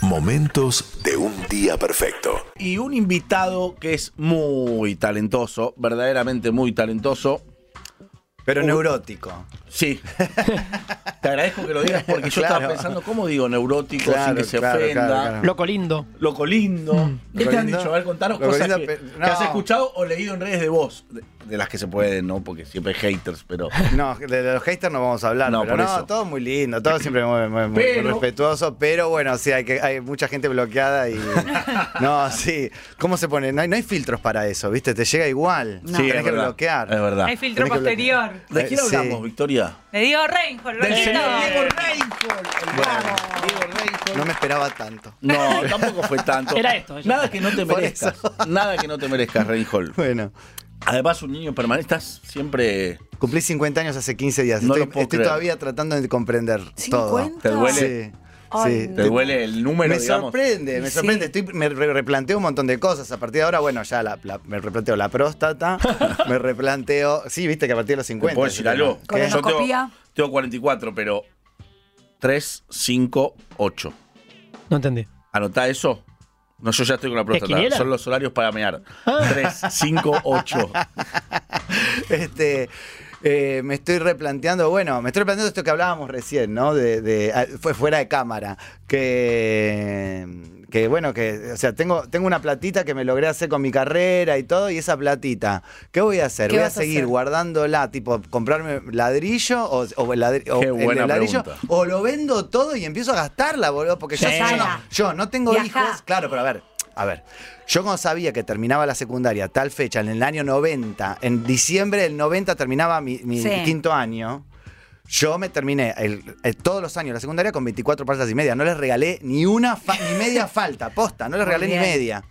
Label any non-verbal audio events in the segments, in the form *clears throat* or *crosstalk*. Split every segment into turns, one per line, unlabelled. Momentos de un día perfecto.
Y un invitado que es muy talentoso, verdaderamente muy talentoso.
Pero
Un-
neurótico. *laughs*
Sí. Te agradezco que lo digas porque yo
Claro.
estaba pensando, ¿cómo digo neurótico sin
Claro,
que se
claro,
ofenda?
claro, claro.
Loco lindo.
Loco lindo. ¿Qué
Loco
te han
lindo.
dicho? A ver, contanos
Loco
cosas
lindo,
que,
pero-
que
no.
has escuchado o leído en redes de vos. De, de las que se pueden, ¿no? Porque siempre hay haters, pero.
No, de de los haters no vamos a hablar.
No,
pero
por
no,
eso.
todo muy lindo, todo siempre muy, muy- muy
Pero-
respetuoso, pero bueno, sí, hay, que, hay mucha gente
*laughs*
bloqueada y. no, sí. ¿Cómo se pone? No hay, no hay filtros para eso, ¿viste? Te llega igual.
Sí,
Tenés
es
que
verdad,
bloquear.
Es verdad.
Hay filtro
Tenés que
posterior.
¿De quién
Eh, sí.
hablamos, Victoria?
Le digo Reinhold,
Del
loquito.
señor Diego Reinhold. el bravo.
No me esperaba tanto.
No, tampoco fue tanto.
Era esto, ya.
Nada que no te
Por
merezcas. Nada que no te merezcas, Reinhold.
Bueno,
Además, un niño permanente, estás siempre.
cumplí 50 años hace 15 días.
No lo
estoy
puedo
estoy
creer.
todavía tratando de comprender todo.
¿Te duele?
Sí.
Ay,
sí.
no.
Te duele el número,
me
digamos.
sorprende, me
Sí.
sorprende. Estoy, me re- replanteo un montón de cosas. A partir de ahora, bueno, ya la, la- me replanteo la próstata, *laughs* me replanteo. Sí, viste que a partir de los
Te
50.
puedo
ese
decir algo.
tema. ¿Qué?
Yo tengo,
Colonoscopía.
tengo 44, pero 3, 5, 8.
No entendí.
Anotá eso. No, yo ya estoy con la próstata.
quiniela?
Son los horarios para mear. 3, 5, 8.
*laughs* Este, eh, me estoy replanteando, bueno, me estoy replanteando esto que hablábamos recién, ¿no? De, de- ah, fue fuera de cámara. Que, que bueno, que, o sea, tengo, tengo una platita que me logré hacer con mi carrera y todo, y esa platita, ¿qué voy a hacer?
¿Qué
¿Voy a
vas a
seguir
hacer?
guardándola, tipo, comprarme ladrillo o, o el ladri- o
Qué
el
buena
ladrillo?
pregunta.
O lo vendo todo y empiezo a gastarla, boludo, porque yo,
Sí.
yo no, yo no tengo
Viajá.
hijos. Claro, pero a ver, a ver. Yo cuando sabía que terminaba la secundaria a tal fecha, en el año 90, en diciembre del 90 terminaba mi, mi
Sí.
quinto año, yo me terminé el- el- todos los años la secundaria con 24 faltas y media. No les regalé ni una, fa- ni
*laughs*
media falta, posta, no les
Muy
regalé ni
bien.
media.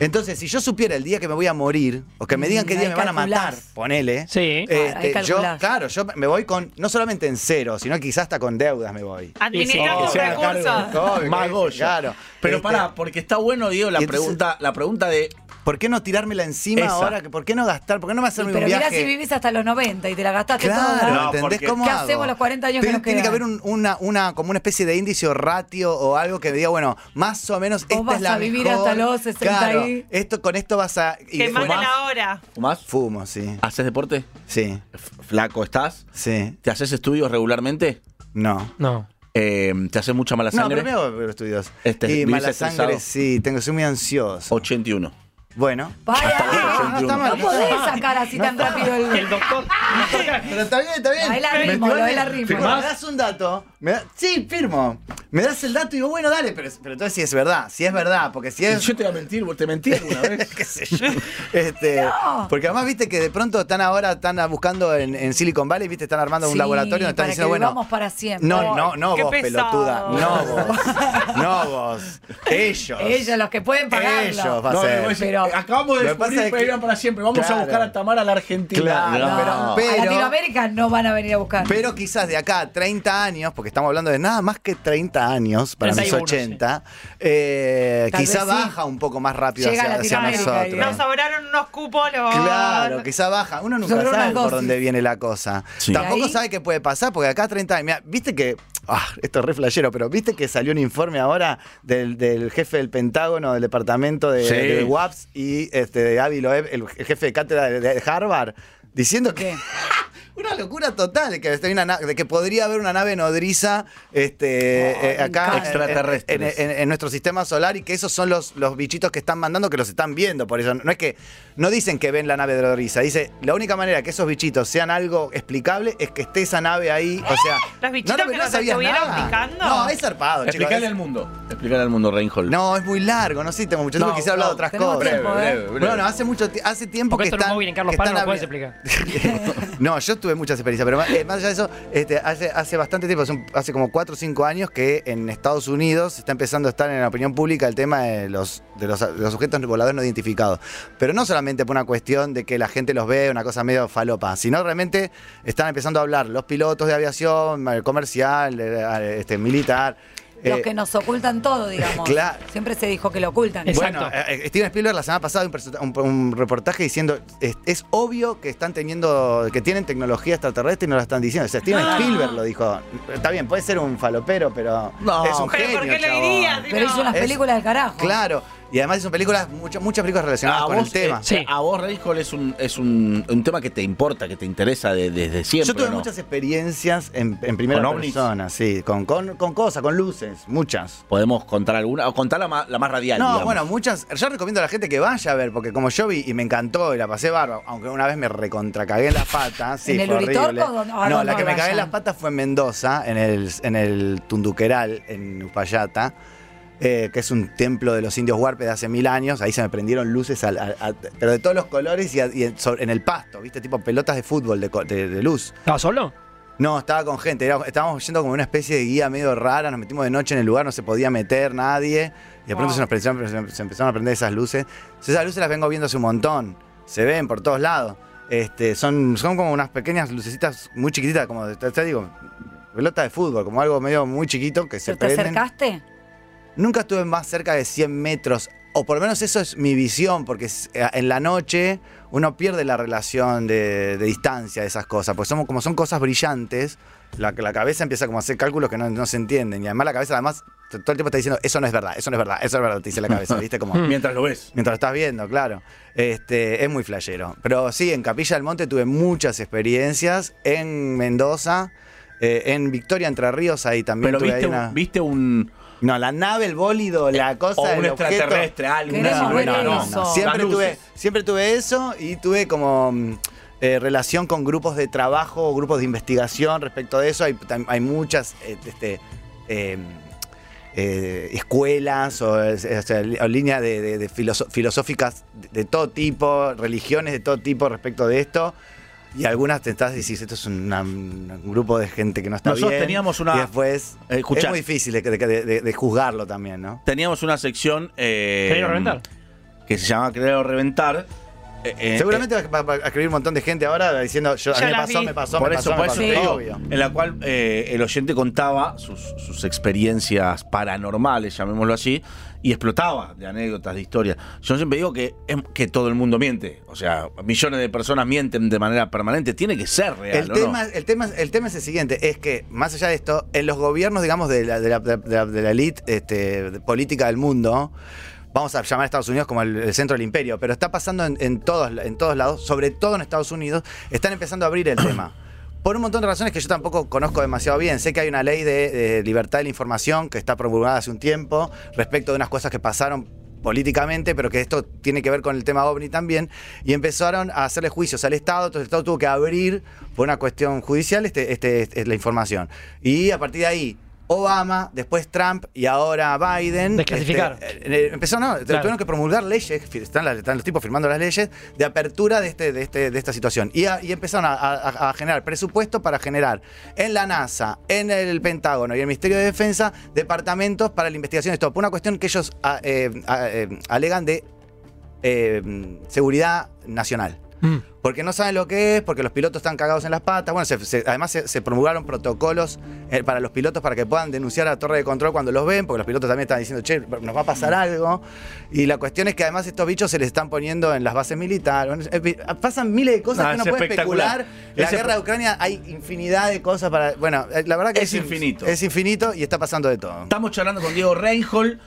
Entonces, si yo supiera el día que me voy a morir, o que me digan qué
Mm,
día
ahí
me van a matar,
calculás.
ponele,
Sí.
Claro, ahí
este, yo,
calculás.
claro, yo me voy con, no solamente en cero, sino quizás hasta con deudas me voy.
Administra
Sí,
tus
sí,
Oh, recursos.
Obvio,
Más Goya.
Claro.
Pero
Este,
pará, porque está bueno, Diego, la,
Y entonces-
pregunta, la pregunta de.
¿Por qué no tirármela encima
Esa.
ahora? ¿Por qué no gastar? ¿Por qué no me hacerme
pero
un
mirá
viaje?
si vivís hasta los 90 y te la gastaste
Claro,
toda.
No,
¿entendés
porque-
cómo
¿Qué
hago?
hacemos los 40 años que
Tiene,
nos
tiene que haber
quedan?
un- una, una, como una especie de índice o ratio o algo que diga, bueno, más o menos esta
vas
es la
a vivir
mejor.
hasta los 60
Claro,
y-
esto, con esto vas a... y
Te
fumo.
manda la hora.
¿Fumás?
Fumo, sí.
¿Haces deporte?
Sí,
F- ¿Flaco estás?
sí.
¿Te haces estudios regularmente?
No.
No.
Eh,
Em,
¿Te haces mucha mala
No,
sangre?
pero me hago los estudios.
Este,
y
¿vivís
mala
estresado?
sangre, sí. Tengo, soy muy ansioso.
81.
Bueno.
Para,
no, está
no
mal.
podés sacar así tan rápido
El
el.
doctor. el doctor-
Pero está bien, está bien.
Ahí la
Me
rimo,
estoy-
ahí la rimo.
Bueno, me
¿Firmás?
das un dato. me da- sí, firmo. Me das el dato y digo, bueno, dale, pero, pero entonces si es verdad, si es verdad, porque si es.
Eh,
*laughs*
Yo te voy a mentir, vos te mentí alguna vez.
qué sé yo. Este,
No.
Porque además viste que de pronto están ahora están buscando en, en Silicon Valley, viste, están armando un
Sí,
laboratorio donde están
para
diciendo,
que
bueno.
vivamos para siempre.
No, no, no
Qué
vos,
pesado.
pelotuda. No vos.
*laughs*
No vos. Ellos.
Ellos, los que pueden pagarlo.
Ellos *laughs* va a
No,
ser.
no, es-
Pero-
acabamos de
Lo que pasa
descubrir
es
que
que-
era para siempre. Vamos
Claro.
a buscar a Tamara a la Argentina.
Claro.
No.
No,
Pero-
a Latinoamérica no van a venir a buscar.
Pero quizás de acá a 30 años, porque estamos hablando de nada más que 30 años, para mis
31,
80, eh,
Tal
quizá
vez sí.
baja un poco más rápido
Llega
hacia,
a
hacia
Latinoamérica y-
nosotros.
Nos sobraron unos cupos. Los...
Claro, quizá baja. Uno nunca
Sobre unas
sabe por
dosis.
dónde viene la cosa.
Sí.
¿Y
Tampoco
ahí?
sabe qué puede pasar, porque acá a 30 años. mirá, viste que. ah, esto es re flashero, pero viste que salió un informe ahora del, del jefe del Pentágono, del departamento de,
Sí.
de WAPS y este, de Avi Loeb, el jefe de cátedra de, de Harvard, diciendo que. Una locura total, de que, hay una na- de que podría haber una nave nodriza este,
Ay,
eh,
me
acá en-
Extraterrestres.
en- en- en, en nuestro sistema solar y que esos son los, los bichitos que están mandando que los están viendo. Por eso no es que no dicen que ven la nave de Rodriza, dice la única manera que esos bichitos sean algo explicable es que esté esa nave ahí. O sea,
¿Los bichitos que nos
sabías
estuvieron
nada.
picando?
No, es zarpado, chicos.
Explicale al mundo. Explicale al mundo, Reinhold.
No, es muy largo, no sé, tengo mucho tiempo,
No,
quisiera hablar
no,
de otras
tenemos
cosas.
tiempo.
breve, breve, breve.
Bueno, hace mucho ti- hace tiempo
Porque
que
esto en un
están,
móvil en Carlos
que
Paz
están
no lo puedes
habla-
explicar.
*laughs* no, yo tuve muchas experiencias, pero más, eh, más allá de eso, este, hace, hace bastante tiempo, hace, un- hace como 4 o 5 años que en Estados Unidos está empezando a estar en la opinión pública el tema de los, de los, de los objetos voladores no identificados. Pero no solamente por una cuestión de que la gente los ve, una cosa medio falopa, sino realmente están empezando a hablar los pilotos de aviación, eh, comercial, eh, eh, este, militar.
Los
Eh,
que nos ocultan todo, digamos.
Claro.
Siempre se dijo que lo ocultan.
Exacto.
Bueno, eh, eh, Steven Spielberg la semana pasada un, presenta- un- un reportaje diciendo es, es obvio que están teniendo, que tienen tecnología extraterrestre y no la están diciendo. O sea, Steven Spielberg lo dijo. Está bien, puede ser un falopero, pero
No,
es un
Pero
genio.
¿por qué lo
chabón.
dirías?
Pero hizo unas
Es-
películas del carajo.
Claro. Y además son películas, muchas, muchas películas relacionadas Ah, con el tema.
eh,
Sí.
a vos, Radicol, es, un, es un, un tema que te importa, que te interesa de- desde siempre.
Yo tuve
¿no?
muchas experiencias en, en primera
¿Con ovnis?
persona, sí, con, con, con cosas, con luces, muchas.
Podemos contar alguna, o contar la más, la más radial.
No,
digamos.
bueno, muchas. Yo recomiendo a la gente que vaya a ver, porque como yo vi y me encantó y la pasé bárbaro, aunque una vez me recontracagué en las patas. Sí,
¿En el
fue
Uritorco
horrible.
o dónde? Ah,
no,
no,
la
no
que me cagué
vayan.
en las patas fue en Mendoza, en el, en el Tunduqueral, en Uspallata. eh, que es un templo de los indios huarpes de hace mil años, ahí se me prendieron luces, al- a- a- pero de todos los colores y, a- y en, sobre- en el pasto, ¿viste? Tipo pelotas de fútbol de, co- de- de luz.
¿Estaba solo?
No, estaba con gente. era- estábamos yendo como una especie de guía medio rara. Nos metimos de noche en el lugar, no se podía meter nadie. Y de pronto
Wow.
se, nos prendieron- se- se empezaron a prender esas luces. Entonces, esas luces las vengo viendo hace un montón. Se ven por todos lados. Este, son, son como unas pequeñas lucecitas muy chiquititas, como de- te, te digo, pelota de fútbol, como algo medio muy chiquito que se
¿Pero ¿Te
prenden.
acercaste?
Nunca estuve más cerca de 100 metros, o por lo menos eso es mi visión, porque es- eh, en la noche uno pierde la relación de, de distancia de esas cosas, porque somos, como son cosas brillantes, la, la cabeza empieza como a hacer cálculos que no, no se entienden, y además la cabeza además t- todo el tiempo está diciendo, eso no es verdad, eso no es verdad, eso no es verdad, te dice
*laughs*
la cabeza, ¿viste? Como,
Mientras lo ves.
Mientras lo estás viendo, claro. Este, es muy flashero. Pero sí, en Capilla del Monte tuve muchas experiencias. En Mendoza, eh, en Victoria Entre Ríos, ahí también
Pero
tuve ahí
viste,
una-
un, viste un.
no, la nave, el bólido, la cosa.
Eh, o un
el
extraterrestre,
objeto.
algo,
Queremos
una
ver
silueta, no,
eso.
no.
Siempre,
Las
tuve,
luces.
siempre tuve eso y tuve como mm, eh, relación con grupos de trabajo o grupos de investigación respecto de eso. Hay, tam- hay muchas eh, este, eh, eh, escuelas o, eh, o sea, li- o líneas de, de- de filoso- filosóficas de, de todo tipo, religiones de todo tipo respecto de esto. Y algunas tentás decir, esto es una- un grupo de gente que no está
Nosotros
bien.
teníamos una-
Y después,
Eh, escuchá.
es muy difícil de, de- de- de- de juzgarlo también, ¿no?
Teníamos una sección. eh,
¿Querías reventar?
Que se llama Creo Reventar. Eh, eh,
Seguramente va, va a escribir un montón de gente ahora diciendo, yo, a
Ya
mí me
las
pasó,
vi.
me pasó,
por
me
eso,
pasó,
por
me
eso
pasó,
te digo,
obvio.
en la cual eh, el oyente contaba sus, sus experiencias paranormales, llamémoslo así, y explotaba de anécdotas, de historias. Yo siempre digo que, es- que todo el mundo miente, o sea, millones de personas mienten de manera permanente, tiene que ser real.
El
¿o
tema,
no?
el, tema, es- el tema es el siguiente, es que más allá de esto, en los gobiernos, digamos, de la, de la- de la- de la elite este, de- política del mundo, vamos a llamar a Estados Unidos como el, el centro del imperio, pero está pasando en, en todos, en todos lados, sobre todo en Estados Unidos, están empezando a abrir el tema. Por un montón de razones que yo tampoco conozco demasiado bien. Sé que hay una ley de, de libertad de la información que está promulgada hace un tiempo respecto de unas cosas que pasaron políticamente, pero que esto tiene que ver con el tema OVNI también, y empezaron a hacerle juicios al Estado, entonces el Estado tuvo que abrir por una cuestión judicial este, este- este- la información. Y a partir de ahí, Obama, después Trump y ahora Biden...
Desclasificar.
este, eh, empezó, no,
Claro.
tuvieron que promulgar leyes, fi- están, las- están los tipos firmando las leyes de apertura de, este, de, este, de esta situación. Y, a- y empezaron a, a- a generar presupuesto para generar en la NASA, en el Pentágono y el Ministerio de Defensa departamentos para la investigación de esto. Por una cuestión que ellos a- eh, a- eh, alegan de eh, seguridad nacional.
Mm.
Porque no saben lo que es, porque los pilotos están cagados en las patas. Bueno, se- se- además se, se promulgaron protocolos eh, para los pilotos para que puedan denunciar a la torre de control cuando los ven, porque los pilotos también están diciendo, che, nos va a pasar algo. Y la cuestión es que además estos bichos se les están poniendo en las bases militares. Bueno, es- eh, Pasan miles de cosas
No,
que uno
es
puede
espectacular.
especular. La
Es espe-
guerra de Ucrania hay infinidad de cosas para... Bueno, eh, la verdad que
Es infinito.
Es infinito y está pasando de todo.
Estamos charlando con Diego Reinhold.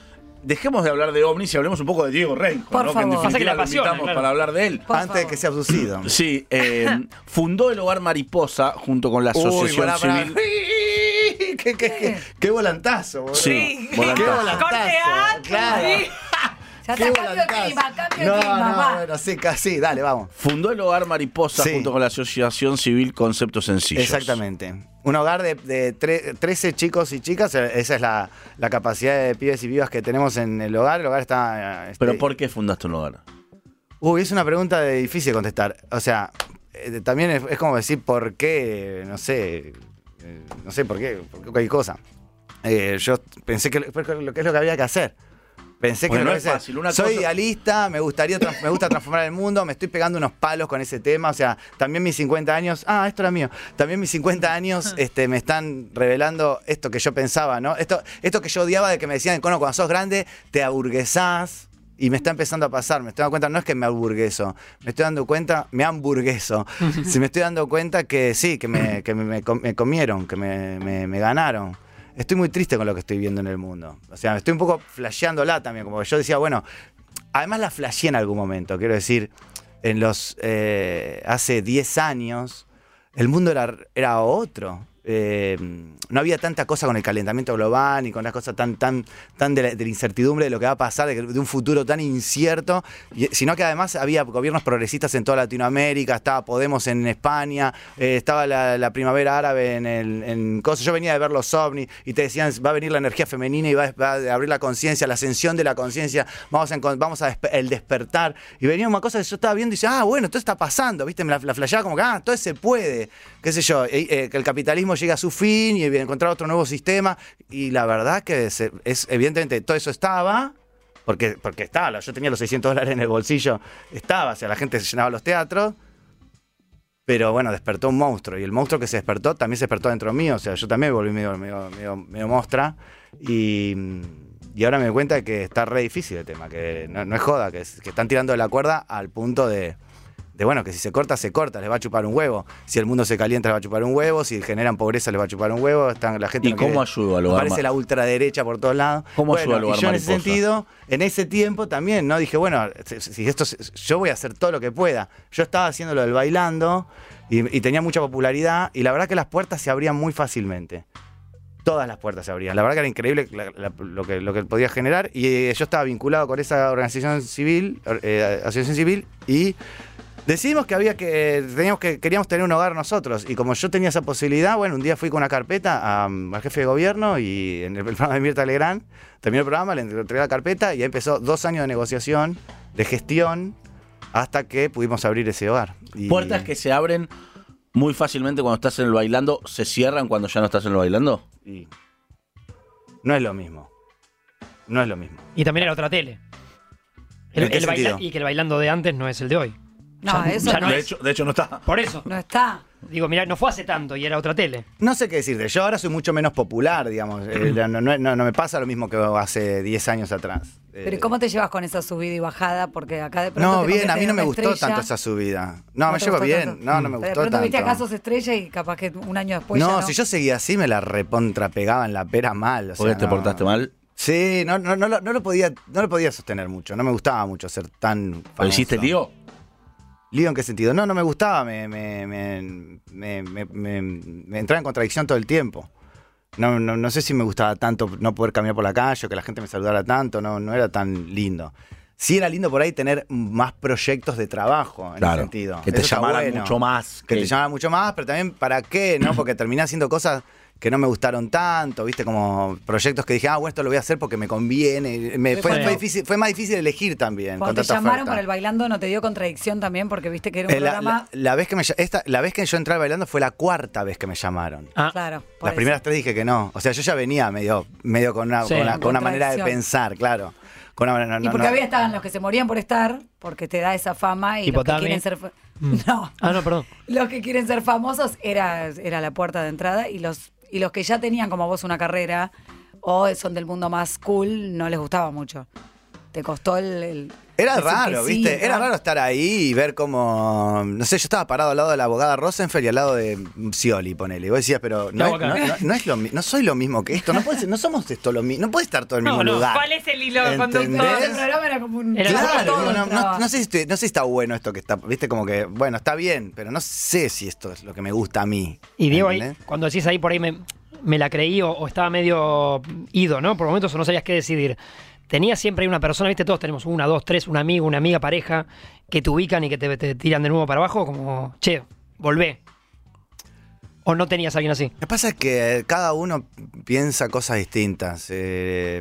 Dejemos de hablar de ovnis y hablemos un poco de Diego Reinhold,
Por
¿no? que en
favor.
definitiva
Pasa que la
lo
apasiona,
invitamos
claro.
para hablar de él.
Por
Antes de
favor.
que sea abducido.
*clears throat* Sí,
*laughs*
eh, fundó el hogar Mariposa junto con la Asociación
Uy, pará, pará. *laughs*
Civil.
¿Qué, qué, qué- qué volantazo, boludo.
Sí,
Qué
volantazo.
volantazo.
Corte A,
Claro.
sí.
Ya
Qué
está, cambio de
volantazo.
clima, cambio
no,
de clima,
no,
va.
bueno, sí, casi, dale, vamos.
Fundó el hogar Mariposa
Sí.
junto con la Asociación Civil Conceptos Sencillos.
Exactamente. Un hogar de, de tre- 13 chicos y chicas, eh, esa es la, la capacidad de pibes y vivas que tenemos en el hogar. El hogar está... eh, este-
Pero ¿por qué fundaste un hogar?
Uy, es una pregunta de difícil de contestar. O sea, eh, también es, es como decir por qué, no sé, eh, no sé por qué, por qué cualquier cosa. Eh, yo pensé que lo, lo que es lo que había que hacer. Pensé que
Porque
lo
no
que
es
sea.
fácil, una
soy
cosa-
idealista, me gustaría trans- me gusta transformar el mundo, me estoy pegando unos palos con ese tema, o sea, también mis 50 años, ah, esto era mío. También mis 50 años este me están revelando esto que yo pensaba, ¿no? Esto esto que yo odiaba de que me decían, "Cono, cuando sos grande te aburguesás." Y me está empezando a pasar, me estoy dando cuenta, no es que me aburgueso, me estoy dando cuenta, me hamburgueso. Si me estoy dando cuenta que sí, que me, que me- me, com- me comieron, que me- me- me ganaron estoy muy triste con lo que estoy viendo en el mundo. O sea, estoy un poco flasheándola también, como que yo decía, bueno, además la flasheé en algún momento, quiero decir, en los, eh, hace 10 años, el mundo era, era otro. Eh, no había tanta cosa con el calentamiento global ni con las cosas tan, tan, tan de, la, de la incertidumbre de lo que va a pasar, de, de un futuro tan incierto, y- sino que además había gobiernos progresistas en toda Latinoamérica, estaba Podemos en España, eh, estaba la, la primavera árabe en, el, en cosas. Yo venía de ver los ovnis y te decían va a venir la energía femenina y va, a- va a abrir la conciencia, la ascensión de la conciencia, vamos a, encon- vamos a despe- el despertar. Y venía una cosa que yo estaba viendo y decía, ah, bueno, todo está pasando, ¿viste? Me la, la flasheaba como que, ah, todo se puede, qué sé yo, eh, eh, que el capitalismo llega a su fin y encontrar otro nuevo sistema. Y la verdad que se- es, evidentemente todo eso estaba. Porque, porque estaba, yo tenía los 600 dólares en el bolsillo, estaba, o sea, la gente se llenaba los teatros, pero bueno, despertó un monstruo. Y el monstruo que se despertó también se despertó dentro mío. O sea, yo también me volví medio, medio, medio, medio mostra. Y, y ahora me doy cuenta que está re difícil el tema, que no, no es joda, que, es- que están tirando de la cuerda al punto de, de, bueno, que si se corta, se corta, les va a chupar un huevo. Si el mundo se calienta, les va a chupar un huevo. Si generan pobreza, les va a chupar un huevo. Están, la gente
¿Y
no
cómo
quiere-
ayudo al hogar
Aparece
ma-
la ultraderecha por todos lados.
¿Cómo
Bueno,
ayuda al
y
hogar
yo en ese
mariposa?
sentido sentido, en ese tiempo también, ¿no? Dije, bueno, si, si esto, se- yo voy a hacer todo lo que pueda. Yo estaba haciendo lo del bailando y, y tenía mucha popularidad y la verdad que las puertas se abrían muy fácilmente. Todas las puertas se abrían. La verdad que era increíble la- la- lo, que, lo que podía generar y eh, yo estaba vinculado con esa organización civil, or- eh, asociación civil y Decidimos que había que, teníamos que queríamos tener un hogar nosotros y como yo tenía esa posibilidad, bueno, un día fui con una carpeta a, mm, al jefe de gobierno y en el programa de Mirta Legrand, terminó el programa, le entregué la carpeta y ahí empezó dos años de negociación, de gestión, hasta que pudimos abrir ese hogar. Y-
Puertas que se abren muy fácilmente cuando estás en el bailando, se cierran cuando ya no estás en el bailando.
y- no es lo mismo. No es lo mismo.
Y también era otra tele. El-
¿En qué
el baila-
sentido?
y que el bailando de antes no es el de hoy.
No,
Ya-
eso
ya
no,
no
de,
es.
hecho, de hecho, no está.
Por eso.
no está.
Digo, mirá, no fue hace tanto y era otra tele.
No sé qué decirte, yo ahora soy mucho menos popular, digamos.
*clears throat*
Eh, no, no- no- no me pasa lo mismo que hace 10 años atrás.
Pero ¿y
Eh,
¿cómo te llevas con esa subida y bajada? Porque acá de pronto.
No,
te
bien, a mí
conviertes
no
en
me
una
gustó
estrella.
tanto esa subida. No, me
te
llevo
gustó
bien.
tanto?
No, no me
Pero
gustó
De pronto viste a
tanto.
casos estrella y capaz que un año después. ya
No,
no.
si yo seguía así me la recontra pegaba en la pera mal. o
Porque
sea,
te
no.
portaste mal.
Sí, no, no, no, lo, no lo podía, no lo podía sostener mucho. No me gustaba mucho ser tan
¿Lo
famoso.
hiciste, tío?
¿Lío en qué sentido? No, no me gustaba. Me, me, me, me- me- me- me entraba en contradicción todo el tiempo. No, no, no sé si me gustaba tanto no poder caminar por la calle o que la gente me saludara tanto. No, no era tan lindo. Sí era lindo por ahí tener más proyectos de trabajo en ese
Claro.
sentido.
Que te
Eso está
llamaran
bueno.
mucho más.
Que te llamaba mucho más, pero también para qué,
*clears throat*
¿no? Porque terminé haciendo cosas que no me gustaron tanto, ¿viste? Como proyectos que dije, ah, bueno, esto lo voy a hacer porque me conviene. Me-
Fue
fue,
cuando-
fue difícil, fue más difícil elegir también. con
Cuando te
tanta
llamaron
oferta.
para el bailando, ¿no te dio contradicción también? Porque viste que era un
Eh, la,
programa.
la- la vez que me, ll- esta- la vez que yo entré al bailando fue la cuarta vez que me llamaron.
Ah,
claro. por
Las
eso.
primeras tres dije que no. O sea, yo ya venía medio, medio con una,
Sí.
con una- con una manera de
Contradicción.
pensar, claro. Con una, no,
y
no,
porque
no.
había estaban los que se morían por estar, porque te da esa fama y
Tipo
los que
Tami.
quieren ser. fa-
Mm.
*laughs* No.
Ah, no, perdón.
Los que quieren ser famosos era, era la puerta de entrada y los, y los que ya tenían como vos una carrera o son del mundo más cool no les gustaba mucho. Te costó el... el-
Era
decir que
raro,
sí,
¿viste?
¿no?
Era raro estar ahí y ver cómo. No sé, yo estaba parado al lado de la abogada Rosenfeld y al lado de Scioli, ponele. Y vos decías, pero no,
hago
es,
acá?
no- no- no es lo mi- no soy lo mismo que esto. No, puede ser- no somos esto lo mismo. No puede estar todo en el
No,
mismo
no.
lugar.
¿Cuál es el hilo
No,
¿Entendés?
conductor?
el programa era como un...
Era
todo
Claro, digo, no, no-
entraba.
no sé si estoy- no sé si está bueno esto que está, viste, como que, bueno, está bien, pero no sé si esto es lo que me gusta a mí.
Y Diego, ahí,
¿entendés?
cuando decís ahí por ahí me, me la creí o, o estaba medio ido, ¿no? Por momentos o no sabías qué decidir. Tenías siempre ahí una persona, viste, todos tenemos una, dos, tres, un amigo, una amiga, pareja, que te ubican y que te, te tiran de nuevo para abajo, como, che, volvé. O no tenías a alguien así.
Lo que pasa es que eh, cada uno piensa cosas distintas. eh,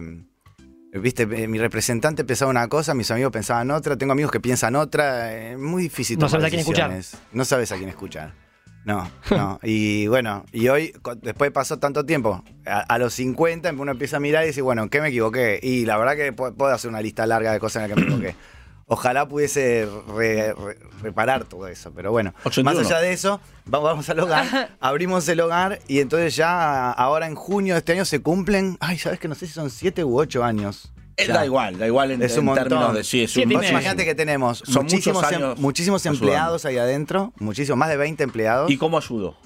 Viste, eh, mi representante pensaba una cosa, mis amigos pensaban otra, tengo amigos que piensan otra, es muy difícil
No
tomar
sabes a quién escuchar.
decisiones. No sabes a quién escuchar. No, no. Y bueno, y hoy, co- después pasó tanto tiempo, a, a los 50 uno empieza a mirar y dice, bueno, ¿en qué me equivoqué? Y la verdad que pu- puedo hacer una lista larga de cosas en las que me equivoqué. Ojalá pudiese re- re- reparar todo eso, pero bueno.
81.
Más allá de eso, va- vamos al hogar, abrimos el hogar y entonces ya ahora en junio de este año se cumplen, ay, sabes que no sé si son 7 u 8 años.
Eh,
Ya.
Da igual, da igual en,
Es un
en términos
montón.
de sí, es
Sí,
un
dime.
Vos Imagínate que tenemos
Son
muchísimos,
muchos
em-
años
muchísimos
ayudando.
empleados ahí adentro, muchísimos, más de 20 empleados.
¿Y cómo ayudo?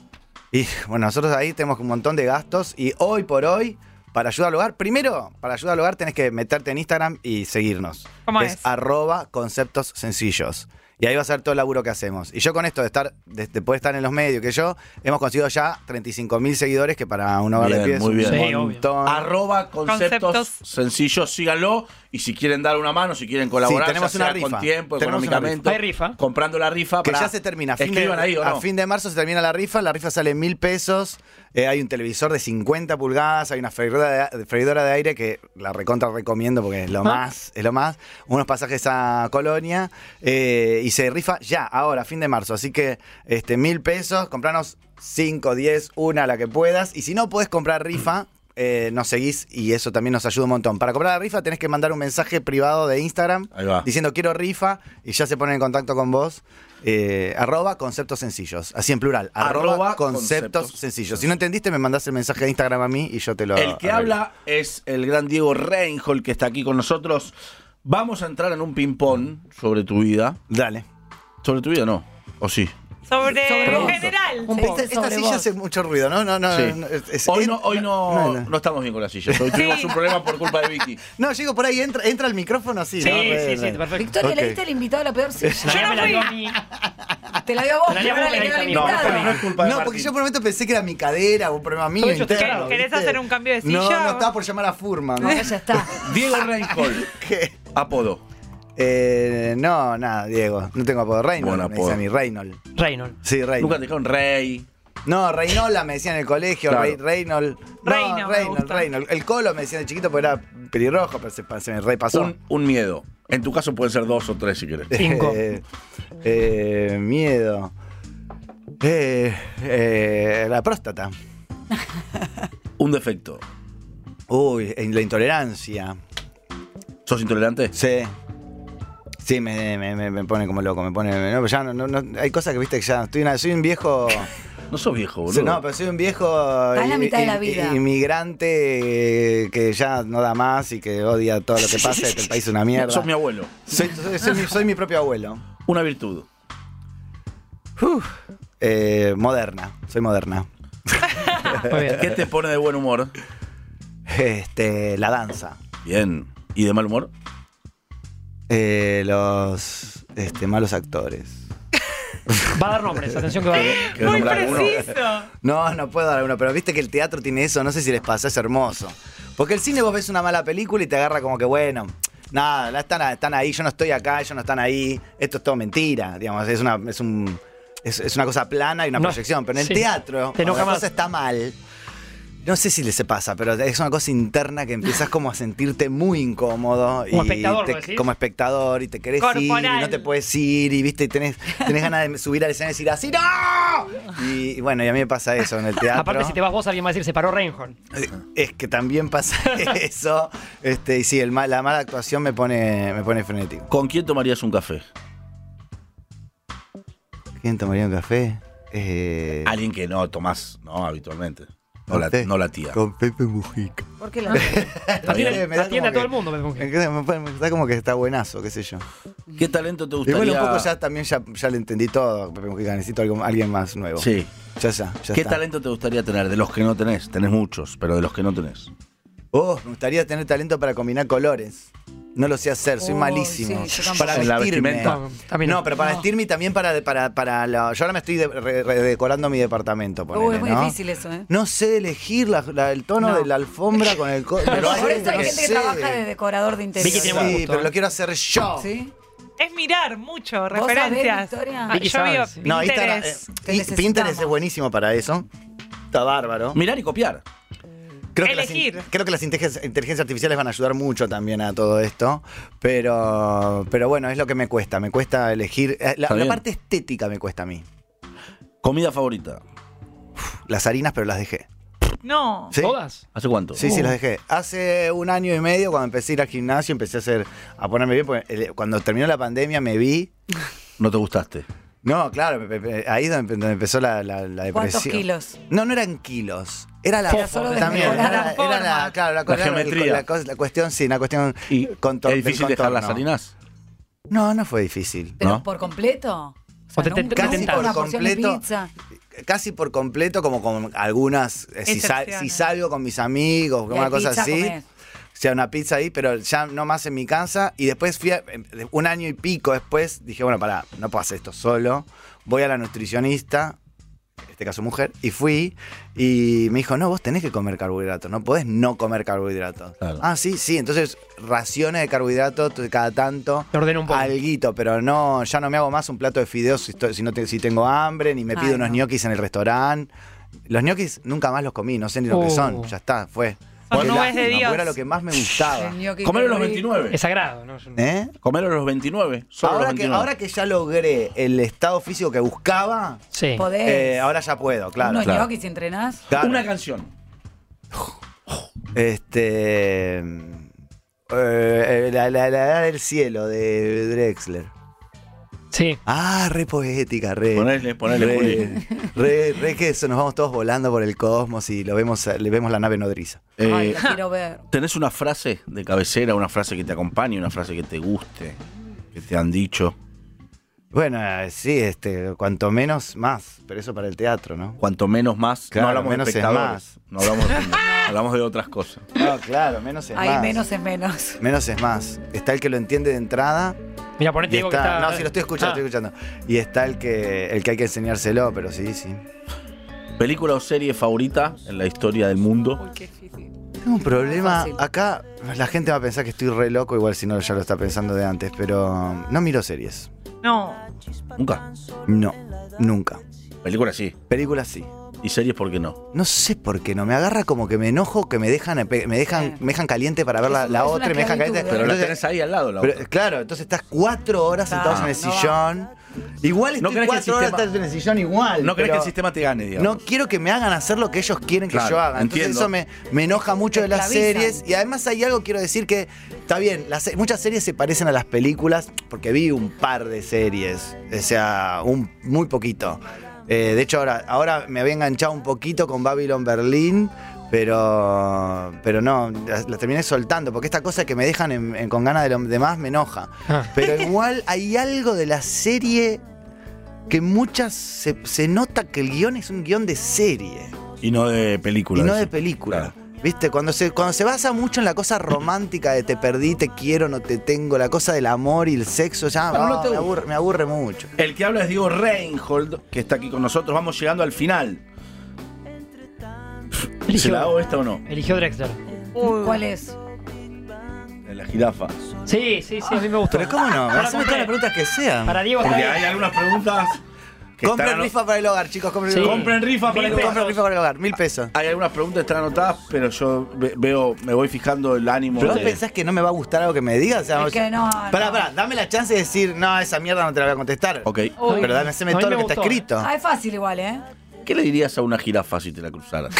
Y bueno, nosotros ahí tenemos un montón de gastos y hoy por hoy, para ayuda al hogar, primero, para ayuda al hogar tenés que meterte en Instagram y seguirnos.
¿Cómo
Que
es?
arroba conceptos sencillos. Y ahí va a ser todo el laburo que hacemos. Y yo con esto de estar, de, de poder estar en los medios que yo, hemos conseguido ya 35 mil seguidores, que para un hogar de
Bien,
pie es
muy
un
bien.
Sí, obvio.
montón.
Arroba conceptos,
Conceptos.
sencillos, síganlo. Y si quieren dar una mano, si quieren colaborar,
Sí, tenemos
ya sea
una rifa.
con tiempo,
Tenemos una
económicamente.
rifa. Hay rifa.
Comprando la rifa.
Que
pará.
ya se termina. A fin, de,
Escriban ahí, ¿o
a
no?
fin de marzo se termina la rifa. La rifa sale mil pesos. eh, hay un televisor de 50 pulgadas. Hay una freidora de, freidora de aire que la recontra recomiendo porque es lo más. Es lo más. Unos pasajes a Colonia. eh, y se rifa ya, ahora, a fin de marzo. Así que este mil pesos. Compranos 5, 10, una, la que puedas. Y si no puedes comprar rifa. eh, nos seguís y eso también nos ayuda un montón. Para comprar la rifa tenés que mandar un mensaje privado de Instagram
Ahí va.
diciendo quiero rifa y ya se ponen en contacto con vos. eh, arroba conceptos sencillos, así en plural. Arroba,
Arroba
conceptos,
conceptos
sencillos. Si no entendiste, me mandás el mensaje de Instagram a mí y yo te lo.
El que
arreglo.
habla es el gran Diego Reinhold, que está aquí con nosotros. Vamos a entrar en un ping-pong sobre tu vida.
Dale.
¿Sobre tu vida no? ¿O sí?
Sobre,
Sobre
en
vos.
general.
Un poco.
Esta, esta
Sobre
silla
vos.
hace mucho ruido, ¿no? No, no.
Sí.
no, es- es-
hoy
en-
no, hoy no,
no, no.
no estamos bien con las sillas. Hoy tuvimos un problema por culpa de Vicky.
No, llego por ahí, entra, entra el micrófono así.
Sí,
¿no?
sí,
Re-
sí,
re-
perfecto.
Victoria,
Ok.
le diste al invitado la peor silla.
La
Yo
me
no
la dio a
fui.
mí.
Te la dio a vos,
La dio
pero
vos,
ahora le
la
quedó al
diste a mí.
No, pero no
invitado.
es culpa de
No, porque
Martín.
yo por un momento pensé que era mi cadera o un problema mío.
Todo hecho,
interno,
claro.
¿Querés
¿viste?
hacer un cambio de
No,
silla
no,
o-
estaba por llamar a
*laughs*
Furman.
No, ya está.
*laughs*
Diego Reinhold,
¿Qué?
apodo.
Eh, no, nada, Diego. No tengo apodo. Reynolds.
Buen
me dice a
apodo.
mí, Reynolds.
Reynolds.
Sí, Reynolds.
Nunca te dijeron rey.
No, Reinola me decían en el colegio,
Claro.
Rey- Reynolds. No,
Reino, me
Reynolds,
gusta.
Reynolds. El Colo me decían de chiquito porque era pelirrojo, pero se, pa- se me repasó.
Un, un miedo. En tu caso pueden ser dos o tres si querés.
Cinco.
*laughs* Eh, eh, miedo. Eh, eh, la próstata.
Un defecto.
Uy, eh, la intolerancia.
¿Sos intolerante?
Sí. Sí, me, me- me- me pone como loco, me pone. no, ya no- no- no- hay cosas que viste que ya. Estoy una- soy un viejo.
No sos viejo,
Sí,
boludo.
No, pero soy un viejo
en la
i-
mitad de la
i-
vida.
inmigrante eh, que ya no da más y que odia todo lo que pasa, que el país es una mierda.
Sos mi abuelo.
soy, soy- soy mi, soy mi propio abuelo.
Una virtud.
Uf. Eh, moderna, soy moderna. *laughs*
Muy bien.
¿Qué te pone de buen humor?
Este, la danza.
Bien. ¿Y de mal humor?
Eh, los este, malos actores.
Va a dar nombres, atención que va a dar. nombres.
¿Querés
Muy
nombrar alguno?
preciso.
No, no puedo dar uno, pero viste que el teatro tiene eso, no sé si les pasa, es hermoso. Porque el cine vos ves una mala película y te agarra como que, bueno, nada, la están, están ahí, yo no estoy acá, ellos no están ahí, esto es todo mentira, digamos, es una, es un, es, es una cosa plana y una
No,
proyección. Pero en el
sí.
teatro,
Te enoja
cuando la
más.
cosa está mal. No sé si les pasa, pero es una cosa interna que empiezas como a sentirte muy incómodo.
Como
y
espectador,
te-
¿lo decís?
Como espectador y te querés ir y
Corporal.
no te puedes ir y viste, y tenés, tenés ganas de subir al escenario y decir así, ¡no! Y, y bueno, y a mí me pasa eso en el teatro.
Aparte, si te vas vos, alguien va a decir, se paró Reinhold.
Eh, Es que también pasa *laughs* eso. Este, y sí, el mal- la mala actuación me pone, me pone frenético.
¿Con quién tomarías un café?
¿Quién tomaría un café? Eh,
Alguien que no tomás, ¿no? Habitualmente. No
con
la,
Pe-
no la tía.
Con Pepe Mujica.
¿Por qué la
¿Está bien?
Me da
Atiende a
como
todo el mundo, me
que-
pongo.
me pone- me da como que está buenazo, qué sé yo.
¿Qué talento te
Y
gustaría?
bueno, un poco ya también ya, ya le entendí todo, Pepe Mujica. Necesito algo- alguien más nuevo.
Sí.
Ya, ya, ya
¿Qué
está.
talento te gustaría tener? De los que no tenés. Tenés muchos, pero de los que no tenés.
Oh, me gustaría tener talento para combinar colores. No lo sé hacer, soy
Oh,
malísimo.
sí, yo tampoco.
para
En la
vestirme.
vestimenta.
No,
También no.
pero para
No.
vestirme y también para, para, para la- Yo ahora me estoy de- re- redecorando mi departamento. Ponele,
es muy
¿no?
difícil eso, ¿eh?
No sé elegir la- la- el tono
No.
de la alfombra con el.
*laughs*
co- me lo
Por
hacen,
eso hay
no
gente
sé.
que trabaja de decorador de
Vicky
interiores.
tiene buen
Sí,
gusto,
pero
¿eh?
lo quiero hacer yo.
¿Sí?
Es mirar mucho,
sabés,
referencias.
Victoria?
Ah,
Vicky
yo veo
sabe, sí.
No, Instagram,
Pinterest.
eh,
Te
y-
necesitamos.
Pinterest es buenísimo para eso. Está bárbaro.
Mirar y copiar.
Creo que, las, in-
Elegir.
creo que las inteligencias, inteligencias artificiales van a ayudar mucho también a todo esto, pero, pero bueno, es lo que me cuesta, me cuesta elegir. eh, La,
Está
la
bien.
parte estética me cuesta a mí.
Comida favorita.
Las harinas, pero las dejé.
eh.
No.
¿Sí?
¿Todas?
¿Hace cuánto?
Sí, sí, las dejé. Hace un año y medio, cuando empecé a ir al gimnasio, empecé a hacer, a ponerme bien, porque el- cuando terminó la pandemia me vi.
No te gustaste.
No, claro, pe- pe- pe- ahí es donde, donde empezó la, la- la
¿Cuántos
depresión.
kilos?
No, no eran kilos. Era la
Era solo
también,
desmejorar
era,
la
era la,
forma.
claro, la,
La
cosa-
geometría.
La, cosa- la cuestión, sí, una cuestión
¿Y
contor-
es difícil
del
dejar las
contorno.
harinas?
No, no fue difícil.
¿Pero
¿No?
por completo? O sea,
O te-
no
te-
un-
te
casi
tentás.
por una porción de
Completo.
pizza.
Casi por completo, como con algunas, eh, si, sal-
Excepciones.
si salgo con mis amigos,
Y hay
una cosa
pizza,
así.
comés.
O sea, una pizza ahí, pero ya no más en mi casa. Y después fui, a- eh, un año y pico después, dije, bueno, pará, no puedo hacer esto solo. Voy a la nutricionista, en este caso mujer, y fui. Y me dijo, no, vos tenés que comer carbohidratos, no podés no comer carbohidratos.
Claro.
Ah, sí, sí, entonces raciones de carbohidratos t- cada tanto.
Te ordeno un poco.
Alguito, pero no, ya no me hago más un plato de fideos si, estoy- si no te- si tengo hambre, ni me
Ay,
pido unos
no.
ñoquis en el restaurante. Los ñoquis nunca más los comí, no sé ni lo que son,
Oh.
ya está, fue.
Son
Qué
nubes de
lástima,
Dios.
porque Era lo que más me gustaba.
El ñoqui
Comer a los
con-
29.
Es sagrado, ¿no? Yo no-
¿Eh?
Comer a los 29. Solo
Ahora,
los
que,
29.
ahora que ya logré el estado físico que buscaba,
Sí.
Podés.
eh, ahora ya puedo, claro.
Unos
claro.
ñoquis si entrenás.
Claro.
Una canción.
Este. eh, la, la- la edad del cielo de Drexler.
Sí.
Ah, re poética, re.
Ponele, ponele, Juli.
Re, re, re que eso, nos vamos todos volando por el cosmos y lo vemos, le vemos la nave nodriza.
Ay,
Eh,
la quiero ver.
¿Tenés una frase de cabecera, una frase que te acompañe, una frase que te guste, que te han dicho?
Bueno, eh, sí, este, cuanto menos, más. Pero eso para el teatro, ¿no?
Cuanto menos más,
Claro,
no hablamos
menos
de
es
espectadores. No hablamos de, hablamos de otras cosas.
No, claro, menos es
Ay,
más.
menos es menos.
Menos es más. Está el que lo entiende de entrada.
Mira, ponete
Y
digo que
está-
está.
no, sí, lo estoy escuchando,
Ah,
estoy escuchando. Y está el que, el que hay que enseñárselo, pero sí, sí.
¿Película o serie favorita en la historia del mundo?
Uy, qué difícil.
Tengo un problema.
Fácil.
Acá la gente va a pensar que estoy re loco, igual si no ya lo está pensando de antes, pero no miro series.
No.
Nunca.
No, nunca.
Película sí.
Películas sí.
¿Y series por qué no?
No sé por qué no. Me agarra como que me enojo, que me dejan, me dejan,
Sí.
me dejan caliente para ver la,
Es
la
una
otra y me dejan
esclavitud,
caliente.
¿eh?
Pero la
Entonces-
tenés ahí al lado, la
pero,
otra.
claro, entonces estás cuatro horas sentados en el
no
sillón. Igual
No
estoy
querés que el
cuatro
sistema-
horas sentados en el sillón igual.
No querés que el
pero-
sistema te gane, digamos.
No quiero que me hagan hacer lo que ellos quieren que
Claro,
yo haga. Entonces
entiendo.
eso me, me enoja mucho
Te
de las
esclavizan.
series. Y además hay algo quiero decir que está bien, las se- muchas series se parecen a las películas, porque vi un par de series. O sea, un muy poquito. Eh, de hecho, ahora, ahora me había enganchado un poquito con Babylon Berlin. Pero, pero no, las las terminé soltando, porque esta cosa que me dejan en- en- con ganas de lo demás me enoja.
ah.
Pero igual hay algo de la serie que muchas se, se nota que el guión es un guión de serie
Y no de película.
y no de
decís.
película. ¿Viste? Cuando se, cuando se basa mucho en la cosa romántica de te perdí, te quiero, no te tengo, la cosa del amor y el sexo, ya
Bueno, no
ah,
te
me,
gusta.
aburre, me aburre mucho.
El que habla es Diego Reinhold, que está aquí con nosotros. Vamos llegando al final. ¿Se la hago esta o no?
Eligió Drexler.
Uy.
¿Cuál es?
En la jirafa.
Sí, sí, sí, a mí me gustó.
Pero ¿cómo no?
Para
Haceme
comprar.
todas las preguntas que sean.
Para Diego
Porque
está
hay
bien.
algunas preguntas que
Compren
están ano-
rifa para el hogar, chicos, compren
Sí.
rifa.
Compren rifa para
Mil
el
pesos.
Compren rifa para el hogar, mil pesos.
Hay algunas preguntas que están anotadas, pero yo ve- veo, me voy fijando el ánimo.
¿Pero vos
de-
pensás que no me va a gustar algo que me digas? O sea,
Es
vos-
que no,
Pará,
no.
pará, dame la chance de decir, no, esa mierda no te la voy a contestar.
Ok.
Uy.
Pero dame, haceme
A mí
todo
me
lo que está
gustó.
escrito.
Ah, es fácil igual, ¿eh?
¿Qué le dirías a una jirafa si te la
*laughs*
cruzaras?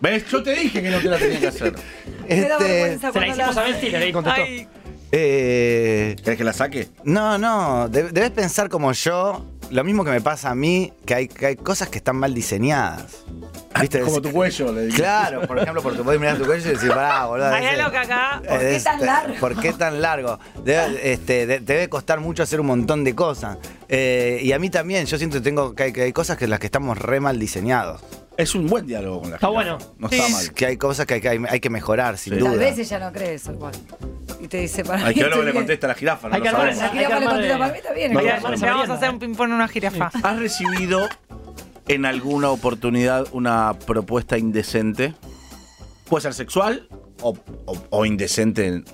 ¿Ves? Yo te dije que no te la tenía que hacer.
Me da
Este,
vergüenza
Se la
cuando la-
hicimos a Ben Stiller ahí contestó.
Ay,
eh,
¿Querés que la saque?
no, no, de- debes pensar como yo, lo mismo que me pasa a mí, que hay, que hay cosas que están mal diseñadas. ¿Viste?
Ah, Como tu cuello, le dije.
Claro, por ejemplo, porque podés mirar tu cuello y decir, pará, boludo.
hay
ese-
algo que acá.
¿Por qué
es- este,
tan largo?
¿Por qué tan largo? Debe, este, de- debe costar mucho hacer un montón de cosas. Eh, y a mí también, yo siento que, tengo, que, hay, que hay cosas que en las que estamos re mal diseñados.
Es un buen diálogo con la
Está
jirafa.
bueno.
No está
Sí.
mal.
Que hay cosas que hay, que hay- hay que mejorar, sin
Sí.
duda.
Tal vez ella no cree eso igual. Y te dice para
Hay que ver lo
mí.
que
estoy
le
bien.
contesta a la jirafa. No
Hay
lo
que armar
sabemos.
La
Hay que
jirafa le
armar
contesta
de-
para mí, está bien.
No,
Mira,
igual.
le
no,
vamos
no,
a
no.
hacer un ping-pong a una jirafa.
¿Has recibido en alguna oportunidad una propuesta indecente? Puede ser sexual o, o- o indecente. en-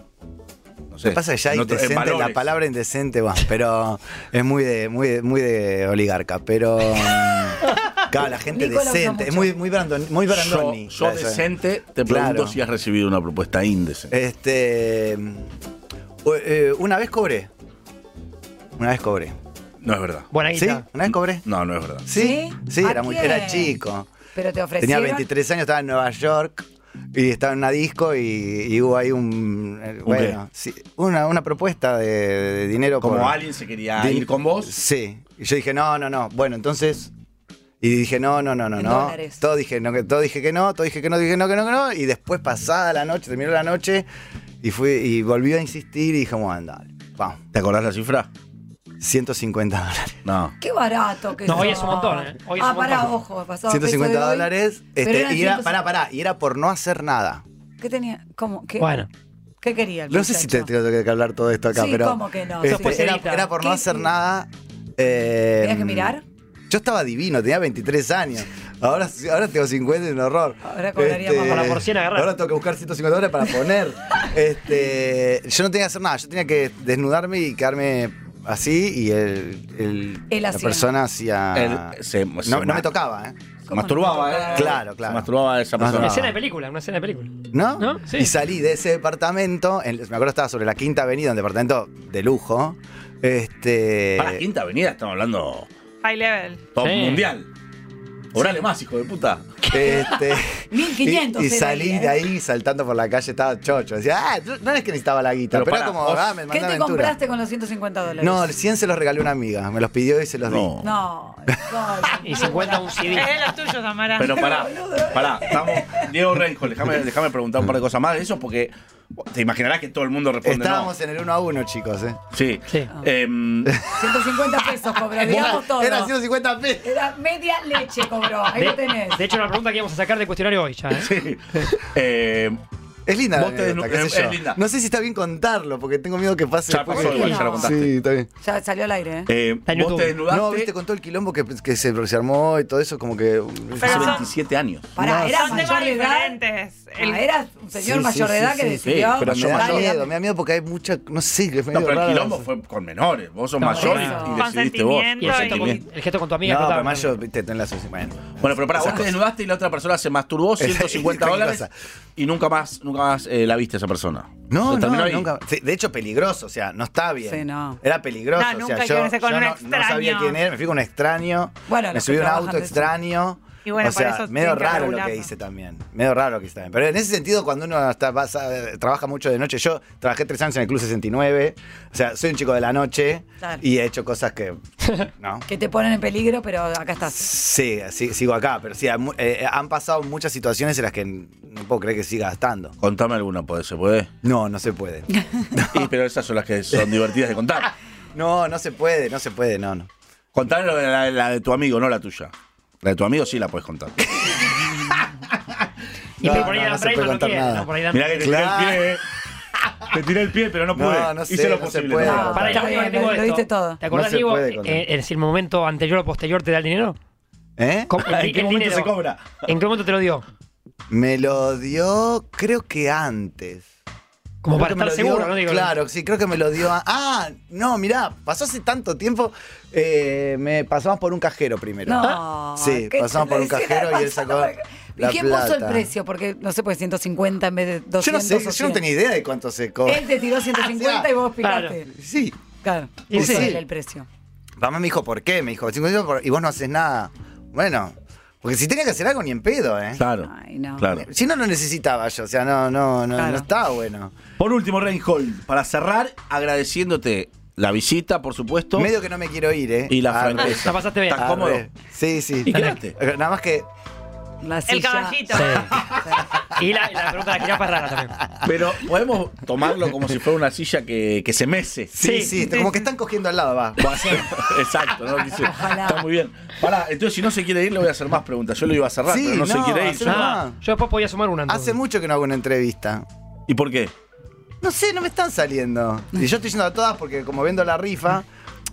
No sé.
Lo que pasa es que ya
en otro- en
indecente, la
valores.
palabra indecente, bueno, pero es muy de, muy de, muy de oligarca, pero.
*laughs*
mm, claro, la gente
Nico la usa
decente. Es
mucho.
muy, muy, Brandon, muy
Yo,
Brandoni.
yo
Eso.
decente, te
Claro.
pregunto si has recibido una propuesta indecente.
eh, Este. mm, u- eh, Una vez cobré. Una vez cobré.
No es verdad.
Buena
¿Sí?
guita.
¿Una vez cobré?
No, no es verdad.
¿Sí? Sí,
¿A
era, muy,
quién?
era chico.
Pero te
Tenía
ofrecieron.
23 años, estaba en Nueva York y estaba en una disco y, y hubo ahí un. eh, Bueno, sí, una, una propuesta de, de dinero.
Como
por-
alguien se quería
de-
ir con vos.
Sí. Y yo dije, no, no, no. Bueno, entonces. Y dije, no, no, no, no,
En
no.
dólares.
Todo dije, no, que- todo dije que no, todo dije que no, dije no, que no, que no. Y después pasada la noche, terminó la noche y fui y volví a insistir y dije, bueno, dale, vamos.
¿Te acordás la cifra?
150 dólares.
No.
Qué barato que
No, hoy
sos.
es un montón, ¿eh? Hoy es
ah,
un
pará,
montón.
ojo, pasado. peso
150
de hoy,
dólares.
pero
este,
eran
y era,
150.
pará, pará, y era por no hacer nada.
¿Qué tenía? ¿Cómo? ¿Qué,
Bueno,
¿qué quería el
No sé si te
muchacho?
tengo que hablar todo esto acá,
Sí,
pero.
¿cómo que no?
este,
Después se
era,
edita.
era por no
¿Qué?
hacer nada. eh,
¿Tenías que mirar?
Yo estaba divino, tenía 23 años. Ahora, ahora tengo 50 en horror. Este,
Ahora cobraría más.
Para por cien agarrar.
Ahora tengo que buscar 150 dólares para
*laughs*
poner. este, yo no tenía que hacer nada, yo tenía que desnudarme y quedarme así y el, el-
Él
la
hacía.
persona hacía.
Él se-
no,
se-
no me tocaba, ¿eh?
Se
¿Cómo
masturbaba,
no te
¿eh?
tocaba?
Claro, claro.
Se masturbaba esa
No, no.
una
persona.
escena de película, una escena de película.
¿No?
¿No? Sí.
Y salí de ese departamento, en- me acuerdo estaba sobre la quinta avenida, un departamento de lujo. Este.
Para Quinta Avenida estamos hablando
High level.
top
Sí.
mundial. Orale más, hijo de puta.
*laughs*
Este,
1500
Y, y
era
salí
ahí, ¿eh?
de ahí saltando por la calle, estaba chocho. Decía, ah, yo- no es que necesitaba la guita,
Pero
pero, era
pará,
como,
vos-
ah, me
¿Qué
mandé
te
aventura.
compraste con los 150 dólares?
No, el 100 se los regalé a una amiga, me los pidió y se los
No.
No.
*laughs* Y 50 un CD.
Es de los tuyos, Tamara.
Pero pará, pará, estamos. Diego Renjo,
*laughs*
déjame déjame preguntar un par de cosas más de eso porque te imaginarás que todo el mundo
di.
responde
Estábamos en el 1 a 1, chicos, ¿eh?
no. Sí.
Sí.
Em,
Ah.
150 pesos cobró, digamos todo.
*laughs* Era
Era,
150 pesos.
media leche cobró, ahí lo
De,
tenés.
de hecho, era una pregunta que íbamos a sacar de cuestionario hoy ya. ¿eh?
sí. Em,
Es linda la
Vos te
anécdota,
desnu-
qué
es-
sé yo.
es linda.
No sé si está bien contarlo, porque tengo miedo que pase.
ya
después
pasó
que-
igual, ya lo
No.
contaste.
Sí, está bien.
Ya salió al aire, ¿eh?
Eh,
Está en
vos
YouTube.
te desnudaste
No, viste, con todo el quilombo que, que se, se armó y todo eso, como que. uh,
hace
Pero-
27 años.
Pará,
No,
era
Son temas
mayor de edad.
diferentes. El-
Ah, era un señor
Sí, sí,
mayor de
sí,
edad
sí,
que
sí,
decidió.
pero
Pero me
yo
da
mayor.
miedo, me da miedo porque hay mucha. No sé, que es medio
No, pero el
raro.
quilombo fue con menores. Vos sos
No,
mayor y,
eso.
y decidiste vos.
Consentimiento
Y el gesto, con,
Consentimiento.
el gesto con tu amiga.
No,
explotaba.
pero más yo, viste, en la sociedad. Bueno.
Bueno, pero pará, vos te
Esas
desnudaste y la otra persona se
*laughs*
masturbó 150
Cualquier
dólares
cosa.
y nunca más, nunca más eh, la viste a esa persona.
No,
Se terminó
no,
ahí.
nunca. sí, De hecho, peligroso, o sea, no está bien.
Sí, no.
Era peligroso.
No,
o
nunca
sea,
hay
yo,
que verse con
yo
un
no, no sabía
extraño.
quién era, me fui con un extraño.
Bueno,
me
los
subí
que
a un
trabajan
auto
de eso.
extraño.
Y bueno,
o
por
sea,
eso
medio
tienen que
raro lo que
regularlo.
hice también. Medio raro lo que hice también. Pero en ese sentido, cuando uno hasta pasa- trabaja mucho de noche, yo trabajé tres años en el Club 69. O sea, soy un chico de la noche
Claro.
y he hecho cosas
*laughs*
que. ¿No?
Que te ponen en peligro, pero acá estás.
Sí, sí, sigo acá, pero sí, ha- mu- eh, han pasado muchas situaciones en las que n- no puedo creer que siga gastando.
Contame alguna, pues, ¿se
*laughs*
puede?
No, no se puede.
Y, pero esas son las que son divertidas de contar.
No, no se puede, no se puede, no, no.
Contame lo de la, la de tu amigo, no la tuya. La de tu amigo sí la puedes contar.
Y
No,
pero por ahí
no,
Dan
no se puede
Breiman no
contar
quiere,
nada.
no, por ahí Dan-
Mirá que te
Claro.
tiré el pie. eh. Te tiré el pie, pero no
No,
pude.
no sé,
Hice lo
no se
posible.
puede.
no pude.
No,
Pará, la última
Está
que
bien,
tengo de
lo
esto.
diste todo.
¿Te acordás,
No se
Diego?
puede contar.
eh, ¿En el momento anterior o posterior te da el dinero?
¿Eh?
¿Cómo- el
¿En qué
el
momento
dinero?
se cobra?
¿En qué momento te lo dio?
Me lo dio, creo que antes.
Como
Creo
para
que me
estar
lo dio-
seguro, ¿no? Digo,
Claro, sí, creo que me lo dio. a- ah, no, mirá, pasó hace tanto tiempo. eh, me pasamos por un cajero primero.
No.
*laughs* Sí,
¿qué
pasamos por un
te-
cajero y él sacó
¿Y
la
quién puso el
plata.
precio? Porque no sé, pues 150 en vez de 200.
Yo no sé,
o
yo no
100.
tenía idea Ah, de cuánto se cobra.
Él te
*laughs*
tiró 150 y vos
Claro.
picaste.
Sí.
Claro.
Y
Puso
sí.
él el precio.
Mamá me dijo, ¿por qué? Me dijo, "50 por- y vos no haces nada. Bueno, porque si tenía que hacer algo, ni en pedo, ¿eh?
Claro.
Ay, no.
Claro.
Si no, no necesitaba yo. O sea, no, no, no,
Claro.
no estaba bueno.
Por último, Reinhold, para cerrar, agradeciéndote la visita, por supuesto.
Medio que no me quiero ir, ¿eh?
Y la
Arre,
franqueza.
La pasaste bien.
¿Estás
arre.
cómodo?
Sí, sí.
¿Y quedaste?
Nada más que.
La
El
silla-
caballito.
Sí. Y la, la pregunta de la jirafa es rara también.
Pero podemos tomarlo como si fuera una silla que, que se mece.
Sí, sí. como que están cogiendo al
*laughs*
lado, va.
Va a ser- Exacto, ¿no? Dice,
Ojalá.
está muy bien. Pará, entonces si no se quiere ir, le voy a hacer más preguntas. Yo lo iba a cerrar,
Sí,
pero no, se
no,
quiere ir.
hacer-
Yo-
Ah, yo después podía sumar una. entonces.
Hace mucho que no hago una entrevista.
¿Y por qué?
No sé, no me están saliendo. Y yo estoy yendo a todas porque, como viendo la rifa,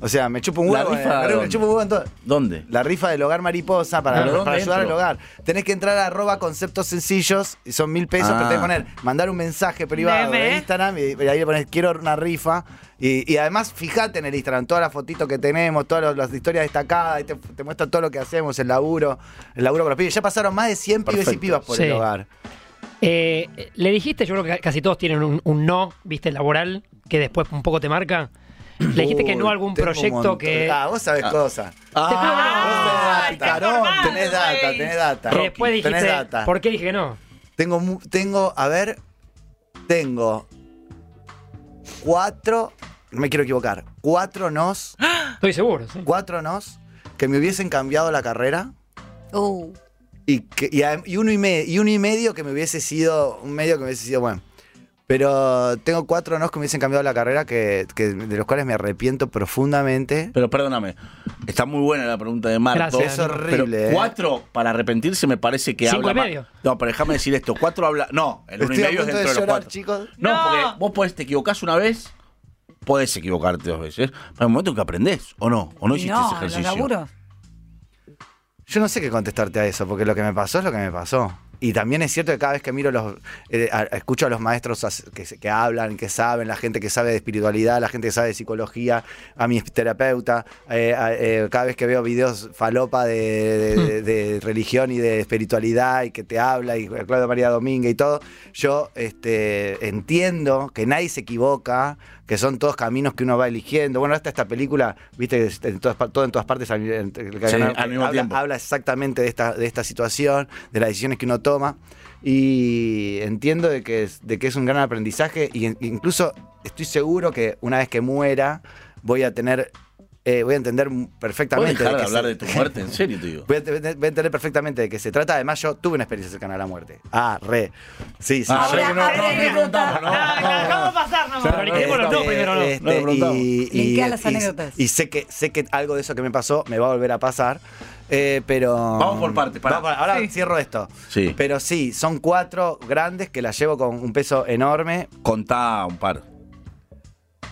o sea, me chupo un
¿La
huevo. eh,
rifa
me
dónde?
chupo un huevo en todo.
¿Dónde?
La rifa del hogar mariposa para,
Claro,
para
¿dónde
ayudar al
entro?
hogar. Tenés que entrar a arroba conceptos sencillos y son mil pesos,
Ah.
pero tenés que poner, mandar un mensaje privado
Meme.
de Instagram y, y ahí le pones quiero una rifa. Y, y además, fíjate en el Instagram, todas las fotitos que tenemos, todas las, las historias destacadas, y te, te muestra todo lo que hacemos, el laburo, el laburo con los pibes. Ya pasaron más de 100 pibes y
Perfecto.
pibas por
Sí.
el hogar.
Eh, le dijiste, yo creo que casi todos tienen un, un no, viste, laboral, que después un poco te marca. Le dijiste que no
Uy,
a algún
tengo un
proyecto
montón.
que.
Ah, vos sabés cosas.
Ah,
Vos tenés
está
data, Carón,
formado,
tenés data,
güey.
tenés data.
que después
Rocky,
dijiste.
Tenés data.
¿Por qué dije que no?
Tengo, mu- tengo, a ver, tengo cuatro, no me quiero equivocar, cuatro nos,
Estoy seguro, sí.
cuatro nos que me hubiesen cambiado la carrera
Uh,
y, que- y, adem- y uno, y, me- y uno y medio que me hubiese sido, un medio que me hubiese sido bueno. Pero tengo cuatro nos que me hubiesen cambiado la carrera que, que- de los cuales me arrepiento profundamente.
Pero perdóname, está muy buena la pregunta de Marto.
Gracias. Es
horrible,
Pero
eh.
cuatro, para arrepentirse, me parece que
Cinco
habla.
y
más-
medio.
No, pero déjame decir esto. Cuatro habla. No, el uno y
Estoy a
medio es dentro
punto de
de, los
llorar,
cuatro.
chicos.
No,
No.
porque vos podés, te equivocás una vez, podés equivocarte dos veces. Pero hay un momento en que aprendés, o no, o no
y
hiciste
no,
ese
los
ejercicio.
laburos.
Yo no sé qué contestarte a eso, porque lo que me pasó es lo que me pasó. Y también es cierto que cada vez que miro los. eh, a- escucho a los maestros as- que, se- que hablan, que saben, la gente que sabe de espiritualidad, la gente que sabe de psicología, a mi terapeuta, eh, a- eh, cada vez que veo videos falopa de, de- de- de religión y de espiritualidad y que te habla, y Claudia María Domínguez y todo, yo este, entiendo que nadie se equivoca, que son todos caminos que uno va eligiendo. Bueno, hasta esta película, viste, que en todas, pa- todo en todas partes al- en-
Sí,
que
al mismo
habla,
tiempo.
habla exactamente de esta, de esta situación, de las decisiones que uno toma. Y entiendo de que es, de que es un gran aprendizaje. Y en- incluso estoy seguro que una vez que muera, voy a tener. eh, voy a entender
¿Puedes
perfectamente.
dejar de
que
hablar
se-
de tu muerte? En serio, te
*laughs*
digo.
Voy a, entender- voy a entender perfectamente de qué se trata. Además, yo tuve una experiencia cercana a la muerte. Ah, re. Sí, sí.
Ah,
yo-
re.
Ahora,
que no- no,
abre la
no,
anécdota.
no, no, no.
Ah, claro, Dejamos pasar nomás.
Pero ni queremos los dos primero, no.
Este,
No le preguntamos.
y, y-
Linkea las
y-
anécdotas.
Y, sé que sé que algo de eso que me pasó me va a volver a pasar. eh, pero.
Vamos por partes, pará.
Vamos por- ahora
Sí.
cierro esto.
Sí.
Pero sí, son cuatro grandes que las llevo con un peso enorme.
Contá un par.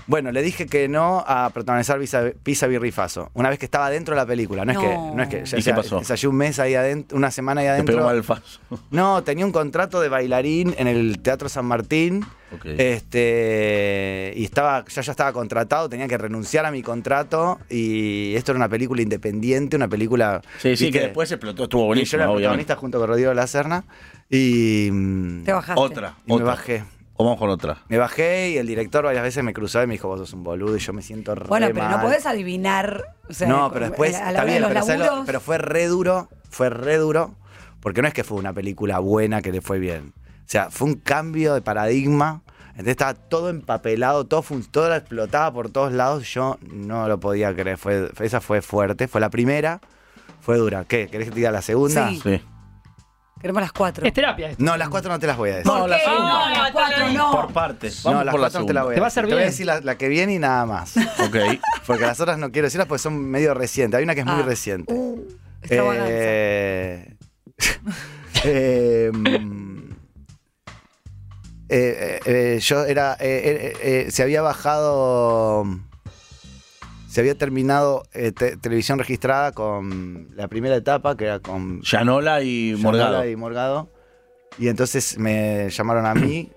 Bueno, le dije que no a protagonizar Visa- Pisa Birrifazo. Una vez que estaba dentro de la película. No, es que.
No.
No es que ya,
¿Y qué
ya-
pasó?
ensayé un mes ahí adentro, una semana ahí
Te pegó
adentro.
mal el
*laughs*
falso.
No, tenía un contrato de bailarín en el Teatro San Martín.
Ok.
Este, y estaba, ya, ya estaba contratado, tenía que renunciar a mi contrato. Y esto era una película independiente, una película.
sí, sí,
¿viste?
que después explotó. Estuvo
Y yo era
buenísimo,
el
obviamente.
protagonista junto con Rodrigo La Serna. Y. mm,
Te bajaste.
Otra,
y me
otra.
bajé.
O vamos con otra.
Me bajé y el director varias veces me cruzó y me dijo, vos sos un boludo y yo me siento re
Bueno, pero no
mal.
podés adivinar. o sea,
no, pero después,
pues, a la
está
hora
bien,
de
pero,
los
¿sabes lo-
laburos,
pero fue re duro, fue re duro, porque no es que fue una película buena que le fue bien. O sea, fue un cambio de paradigma. Entonces estaba todo empapelado, todo, fun- todo era explotaba por todos lados. Yo no lo podía creer. Fue, fue- esa fue fuerte. Fue la primera, fue dura. ¿Qué? ¿Querés que te diga la segunda?
Sí.
Sí.
queremos las cuatro.
Es terapia esto.
No, las cuatro no te las voy a decir.
No, la segunda.
No, las cuatro no.
Por partes.
No,
Vamos
las
por la
cuatro no te
segunda.
las voy a
Te
decir.
va a hacer
Te voy a
bien.
decir la, la que viene y nada más. *laughs*
Ok.
Porque las otras no quiero decirlas porque son medio recientes. Hay una que es muy
Ah.
reciente.
Uh, extravaganza.
Eh, *laughs* eh, mm, eh, eh, eh, yo era. eh, eh, eh, se había bajado. Se había terminado eh, te- televisión registrada con la primera etapa, que era con
Yanola y Morgado.
Yanala y Morgado. Y entonces me llamaron a
*clears throat*
mí.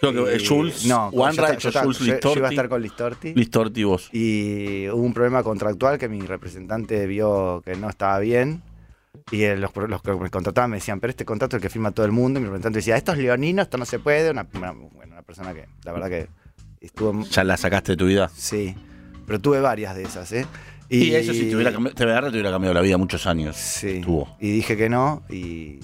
Creo que
y-
eh, Schultz.
No,
One
yo, esta-
Right,
yo esta-
Schultz,
yo- yo iba a
Listorti.
estar con Listorti.
Listorti y vos.
Y hubo un problema contractual que mi representante vio que no estaba bien. Y eh, los, los que me contrataban me decían, pero este contrato es el que firma todo el mundo. Y mi representante decía, esto es leonino, esto no se puede. Una, una- bueno, una persona que, la verdad que estuvo...
Ya la sacaste de tu vida.
Sí, pero tuve varias de esas, ¿eh?
Y, eso sí, te hubiera cambiado, TBR te hubiera cambiado la vida muchos años.
Sí,
Estuvo.
y dije que no y,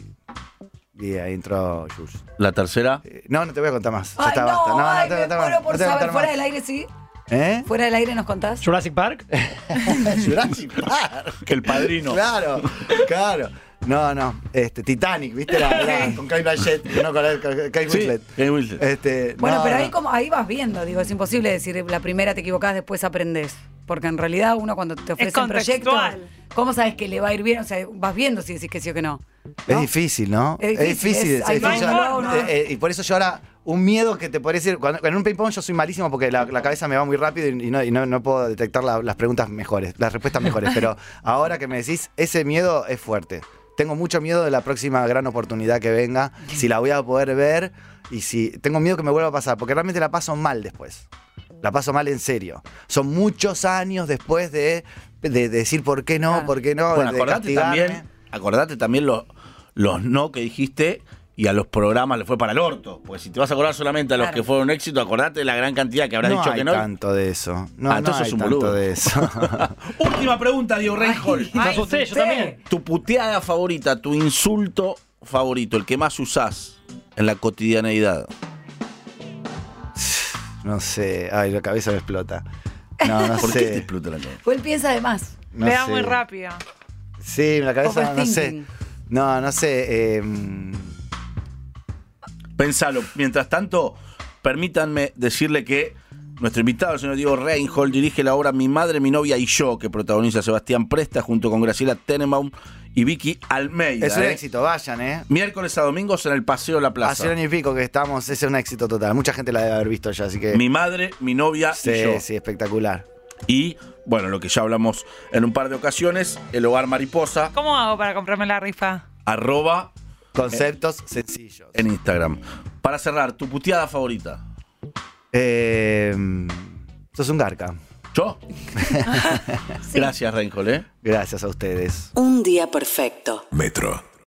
y ahí entró Jules.
La tercera.
Eh, No, no te voy a contar más. Ya
Ay,
está,
no,
basta. No, no
ay,
te voy a
me
contar más.
muero por
No te voy a
saber.
contar
Fuera
más.
del aire, sí.
¿Eh?
Fuera del aire nos contás.
Jurassic Park.
Jurassic Park.
Que el padrino.
Claro, claro. No, no. Este, Titanic, ¿viste? La,
*laughs*
la- con Kate Blanchett, no con, la- con Kate
Sí,
Winslet.
Kate Winslet.
Este,
Bueno,
no,
pero ahí,
no.
como, ahí vas viendo, digo, es imposible decir la primera te equivocás, después aprendés. Porque en realidad uno cuando te ofrece un proyecto,
contextual.
¿cómo sabes que le va a ir bien? O sea, vas viendo si decís que sí o que no.
Es
¿no?
difícil, ¿no?
Es difícil, es- hay
difícil.
no hay forma.
Eh, eh, y por eso yo ahora, un miedo que te podría decir, cuando, en un ping-pong yo soy malísimo porque la, la cabeza me va muy rápido y, y no, y no- no puedo detectar la- las preguntas mejores, las respuestas
*laughs*
mejores. Pero ahora que me decís, ese miedo es fuerte. Tengo mucho miedo de la próxima gran oportunidad que venga, si la voy a poder ver y si tengo miedo que me vuelva a pasar, porque realmente la paso mal después. La paso mal en serio. Son muchos años después de, de decir por qué no,
Claro.
por qué no,
Bueno,
de
acordate
castigarme.
también, acordate también los, los no que dijiste y a los programas le fue para el orto. Pues si te vas a acordar solamente a los
Claro.
que fueron un éxito, acordate de la gran cantidad que habrás
no
dicho
hay
que no.
tanto de eso. No,
Ah,
no
entonces
hay
es un
tanto
boludo.
de eso. *laughs*
Última pregunta, Diego Reinhold.
Me asusté, yo también.
Tu puteada favorita, tu insulto favorito, el que más usás en la cotidianeidad.
no sé. Ay, la cabeza me explota. No, no
*laughs* ¿Por qué te
sé.
explota la cabeza?
Fue el piensa de más.
No
Me da
sé.
muy rápido.
Sí, la cabeza, no sé.
Overthinking.
No, no sé. eh, mm,
Pensalo. Mientras tanto, permítanme decirle que nuestro invitado, el señor Diego Reinhold, dirige la obra Mi Madre, Mi Novia y Yo, que protagoniza Sebastián Presta junto con Graciela Tenenbaum y Vicky Almeida.
es un
¿eh?
éxito, vayan, ¿eh?
Miércoles a domingos en el Paseo La
Hace un
Plaza.
año y pico que estamos, ese es un éxito total. Mucha gente la debe haber visto ya, así que.
Mi madre, mi novia y yo.
sí, sí, espectacular.
Y, bueno, lo que ya hablamos en un par de ocasiones, el hogar mariposa,
¿Cómo hago para comprarme la rifa?
arroba
Conceptos sencillos.
en Instagram. Para cerrar, tu puteada favorita.
Eh, sos un garca.
¿Yo? Gracias, Reinhold, ¿eh?
Gracias a ustedes.
Un día perfecto.
Metro